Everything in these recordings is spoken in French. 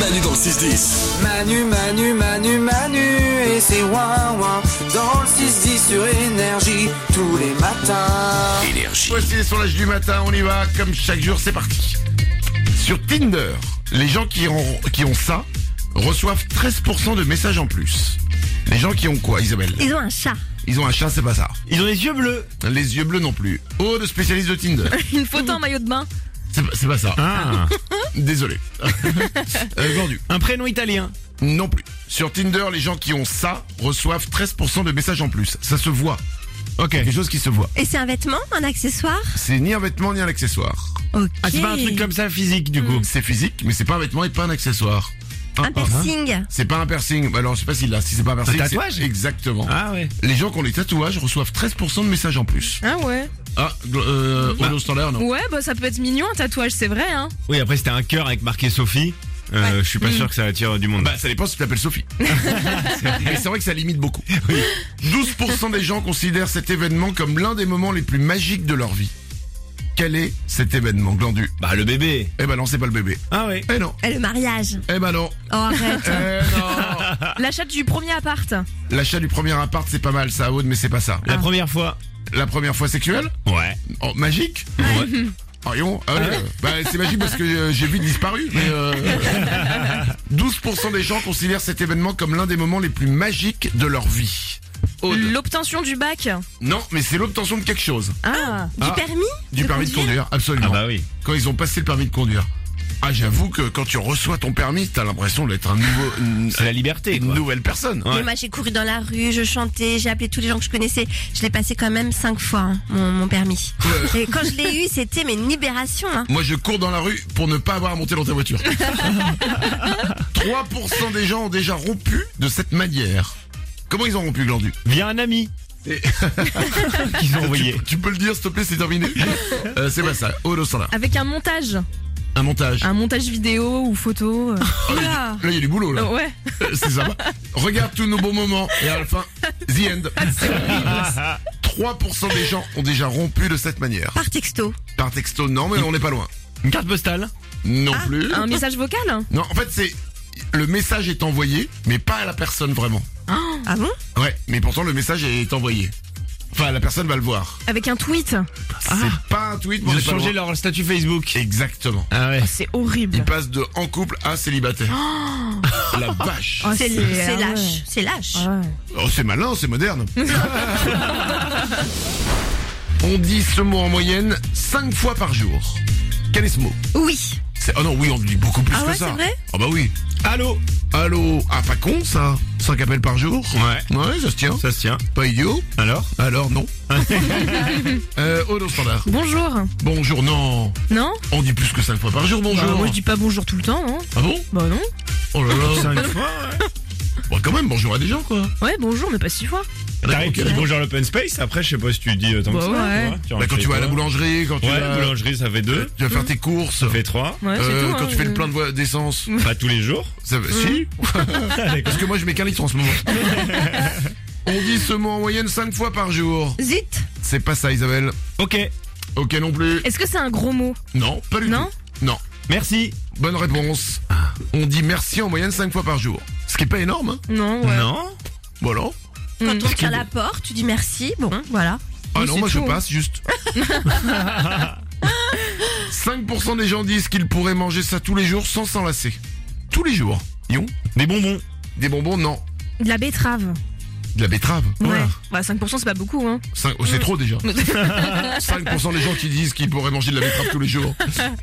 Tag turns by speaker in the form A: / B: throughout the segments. A: Manu dans le 6-10.
B: Manu, Manu, Manu, Manu et c'est ouin ouin dans le 6-10 sur énergie tous les matins.
A: Énergie.
C: Voici les sondages du matin, on y va, comme chaque jour, c'est parti. Sur Tinder, les gens qui ont, qui ont ça reçoivent 13% de messages en plus. Les gens qui ont quoi, Isabelle
D: Ils ont un chat.
C: Ils ont un chat, c'est pas ça.
E: Ils ont les yeux bleus.
C: Les yeux bleus non plus. Oh, de spécialiste de Tinder.
D: Une photo en maillot de bain.
C: C'est pas, c'est pas ça. Désolé. Euh, vendu.
E: Un prénom italien.
C: Non plus. Sur Tinder, les gens qui ont ça reçoivent 13% de messages en plus. Ça se voit.
E: Ok.
C: Quelque chose qui se voit.
D: Et c'est un vêtement, un accessoire
C: C'est ni un vêtement ni un accessoire.
D: Ok.
E: Ah, c'est pas un truc comme ça physique du coup.
C: C'est physique, mais c'est pas un vêtement et pas un accessoire.
D: Mm.
C: ah. Hein
D: Un piercing.
C: C'est pas un piercing. Bah, Alors, je sais pas s'il l'a. Si c'est pas un piercing. c'est-
E: tatouage
C: Exactement.
E: Ah ouais.
C: Les gens qui ont des tatouages reçoivent 13% de messages en plus.
F: Ah ouais
C: Ah, gl- euh, Hollande Standard, non.
F: Ouais, bah ça peut être mignon un tatouage, c'est vrai, hein.
E: Oui, après c'était un cœur avec marqué Sophie. Euh, Je suis pas sûr que ça attire du monde.
C: Bah, ça dépend si tu t'appelles Sophie. Mais c'est vrai que ça limite beaucoup. 12% des gens considèrent cet événement comme l'un des moments les plus magiques de leur vie. Quel est cet événement, Glandu
E: Bah, le bébé.
C: Eh ben non, c'est pas le bébé.
E: Ah ouais.
C: Eh non.
D: Et Euh, le mariage.
C: Eh ben non.
D: Oh, arrête.
C: Eh non.
F: L'achat du premier appart.
C: L'achat du premier appart, c'est pas mal, ça, Aude, mais c'est pas ça.
E: La première fois.
C: La première fois sexuelle
E: Ouais.
C: Oh, Magique
E: Ouais.
C: Marion, ah ouais, euh, bah, c'est magique parce que euh, j'ai vite disparu. mais, euh, 12% des gens considèrent cet événement comme l'un des moments les plus magiques de leur vie. Aude.
F: L'obtention du bac.
C: Non, mais c'est l'obtention de quelque chose.
F: Ah.
D: Du permis
C: Du permis de conduire, absolument.
E: Ah bah oui.
C: Quand ils ont passé le permis de conduire. Ah, j'avoue que quand tu reçois ton permis, t'as l'impression d'être un nouveau, une,
E: C'est la liberté.
C: une
E: Quoi.
C: nouvelle personne.
D: Mais moi, j'ai couru dans la rue, je chantais, j'ai appelé tous les gens que je connaissais. Je l'ai passé quand même cinq fois, hein, mon, mon permis. Et quand je l'ai eu, c'était mais une libération. Hein.
C: Moi, je cours dans la rue pour ne pas avoir à monter dans ta voiture. 3% des gens ont déjà rompu de cette manière. Comment ils ont rompu, Glandu
E: Via un ami. Qu'ils ont envoyé.
C: tu, tu peux le dire, s'il te plaît, c'est terminé Euh, C'est pas ça. Odo Standard.
F: Avec un montage.
C: Un montage.
F: Un montage vidéo ou photo. euh. Oula.
C: Là, il y a du boulot, là.
F: Euh, Ouais.
C: Euh, C'est sympa. Regarde tous nos bons moments et à la fin, the end. 3% des gens ont déjà rompu de cette manière.
D: Par texto.
C: Par texto, non, mais on n'est pas loin.
E: Une carte postale.
C: Non plus.
F: Un message vocal. hein.
C: Non, en fait, c'est. Le message est envoyé, mais pas à la personne vraiment.
D: Ah bon
C: Ouais, mais pourtant, le message est envoyé. Enfin, la personne va le voir.
F: Avec un tweet.
C: C'est pas un tweet, mais on
E: Ils ont
C: est pas
E: changé
C: loin.
E: leur statut Facebook.
C: Exactement.
E: Ah ouais.
F: Oh, c'est horrible.
C: Il passe de en couple à célibataire. La vache.
F: Oh,
D: C'est c'est
F: ah
D: lâche. C'est lâche.
F: ouais. Ouais.
C: Oh, c'est malin, c'est moderne. on dit ce mot en moyenne 5 fois par jour. Quel est ce mot
D: Oui.
C: C'est- Ah non, oui, on le dit beaucoup plus
D: Ah
C: que
D: ouais,
C: ça.
D: c'est vrai
C: Ah bah oui.
E: Allô.
C: Allô Ah, pas con ça 5 appels par jour
E: Ouais.
C: Ouais, ça se tient.
E: Ça se tient.
C: Pas idiot
E: Alors.
C: Alors non. euh, au nom standard.
F: Bonjour.
C: Bonjour, non.
F: Non
C: On dit plus que 5 fois par jour, bonjour.
F: Bah, Moi je dis pas bonjour tout le temps, hein.
C: Ah bon
F: Bah non.
C: Oh là là.
E: Cinq fois.
C: Bon, quand même, bonjour à des gens quoi.
F: Ouais, bonjour, mais pas six fois.
E: T'arrives, tu
C: Ok.
E: dis bonjour à l'open space. Après, je sais pas si tu dis euh, tant que
F: Bah
E: ça.
F: ouais.
E: tu vois. Tu en
C: Bah, quand
E: fais
C: tu vas à la
E: quoi.
C: boulangerie, quand tu
E: Ouais,
C: vas,
E: boulangerie, ça fait deux.
C: tu vas faire tes courses,
E: Ça fait trois.
F: Ouais, c'est
C: euh,
F: tout.
C: quand
F: hein,
C: tu fais le
F: euh.
C: plein de voies- d'essence,
E: Pas tous les jours.
C: Ça va-
E: Mmh.
C: Si Parce que moi je mets qu'un litre en ce moment. On dit ce mot en moyenne 5 fois par jour.
D: Zut.
C: C'est pas ça Isabelle.
E: Ok.
C: Ok non plus.
F: Est-ce que c'est un gros mot
C: Non, pas du
F: Non Ah.
C: tout. Non.
E: Merci.
C: Bonne réponse. On dit merci en moyenne 5 fois par jour. Ce qui est pas énorme. Hein.
F: Non, ouais.
E: Non.
C: Voilà. Mmh.
D: Quand
F: Mm.
D: on tient la porte, tu dis merci. Bon,
F: Hein
D: voilà.
C: Ah
F: Oui,
C: non,
F: c'est
C: moi je
F: tout, hein.
C: passe juste. 5% des gens disent qu'ils pourraient manger ça tous les jours sans s'enlacer. Tous les jours. Yon.
E: Des bonbons.
C: Des bonbons, non.
F: De la betterave.
C: De la betterave.
F: Ouais. Bah 5% c'est pas beaucoup, hein.
C: Cinq- oh, c'est trop déjà. 5% des gens qui disent qu'ils pourraient manger de la betterave tous les jours.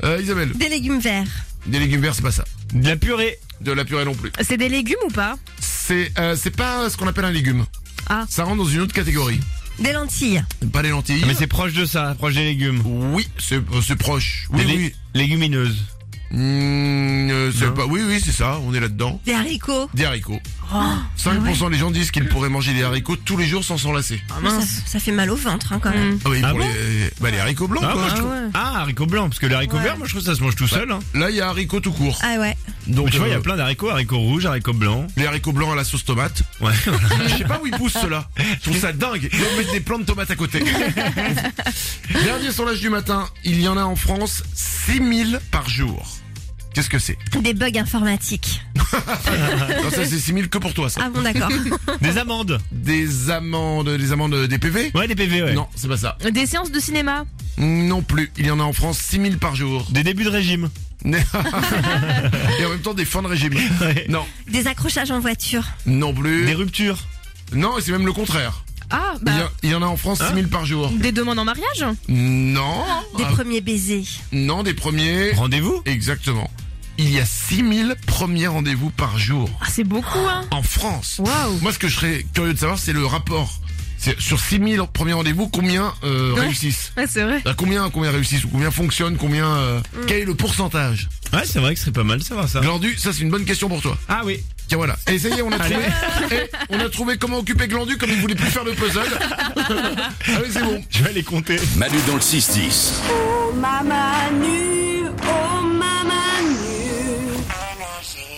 C: Euh, Isabelle,
D: Des légumes verts.
C: des légumes verts, c'est pas ça.
E: De la purée.
C: De la purée non plus.
F: C'est des légumes ou pas
C: C'est euh, c'est pas ce qu'on appelle un légume.
F: Ah.
C: Ça rentre dans une autre catégorie.
D: Des lentilles.
C: Pas les lentilles.
E: Ah, Mais c'est proche de ça, proche des légumes.
C: Oui, c'est euh, c'est proche. Oui,
E: Des lé-
C: oui.
E: Légumineuses.
C: Mmh, euh, c'est
E: Non.
C: pas. Oui, oui, c'est ça. On est là-dedans.
D: Des haricots.
C: Des haricots. 5% des gens disent qu'ils pourraient manger des haricots tous les jours sans s'enlacer.
F: Ah
D: Ça, ça fait mal au ventre hein, quand même.
F: Mm.
C: Ah, oui,
E: Ah
C: pour
E: bon
C: les, bah, les haricots blancs,
E: Ah,
C: quoi.
E: moi, je
F: Ah
E: trouve-
F: ouais.
E: Ah, haricots blancs, parce que les haricots
D: Ouais.
E: verts, moi je trouve que ça se mange tout seul. Hein.
C: Là, il y a haricots tout court.
D: Ah ouais.
C: Donc,
E: Mais tu vois, il y
C: euh,
E: a plein d'haricots, haricots rouges, haricots blancs.
C: les haricots blancs à la sauce tomate.
E: Ouais.
C: Je sais pas où ils poussent cela. Je trouve ça dingue. Ils doivent mettre des plants de tomates à côté. Dernier sondage du matin. Il y en a en France 6000 par jour. Qu'est-ce que c'est
D: Des bugs informatiques.
C: Non, ça c'est 6000 que pour toi ça.
D: Ah bon, d'accord.
E: Des amendes.
C: Des amendes, des amendes des PV
E: Ouais, des PV, ouais.
C: Non, c'est pas ça.
F: Des séances de cinéma.
C: Non plus. Il y en a en France 6000 par jour.
E: Des débuts de régime.
C: Et en même temps des fins de régime.
E: Ouais.
C: Non,
D: Des accrochages en voiture.
C: non plus.
E: Des ruptures.
C: Non, et c'est même le contraire.
F: Ah,
C: Il y,
F: bah.
C: a- il y en a en France
E: Hein
C: 6000 par jour.
F: Des demandes en mariage
C: Non.
D: Des
C: Ah,
D: premiers baisers.
C: non, des premiers.
E: Rendez-vous
C: Exactement. Il y a 6000 premiers rendez-vous par jour
F: Ah, c'est beaucoup, hein
C: en France.
F: Waouh
C: Moi, ce que je serais curieux de savoir, c'est le rapport. C'est sur 6000 premiers rendez-vous, combien euh,
F: Ouais.
C: réussissent
F: Ouais, c'est vrai.
C: Bah, combien, combien réussissent ou combien fonctionnent, combien euh,
F: Mm.
C: quel est le pourcentage
E: Ouais, c'est vrai que ce serait pas mal de savoir ça.
C: Glandu, ça c'est une bonne question pour toi.
E: Ah oui.
C: Tiens voilà. Et ça y est, on a trouvé. Eh, on a trouvé comment occuper Glandu comme il voulait plus faire le puzzle. Allez, c'est bon.
E: Je vais les compter.
A: Manu dans le 6-10.
G: Oh Mamanu, oh Mamanu. Énergie.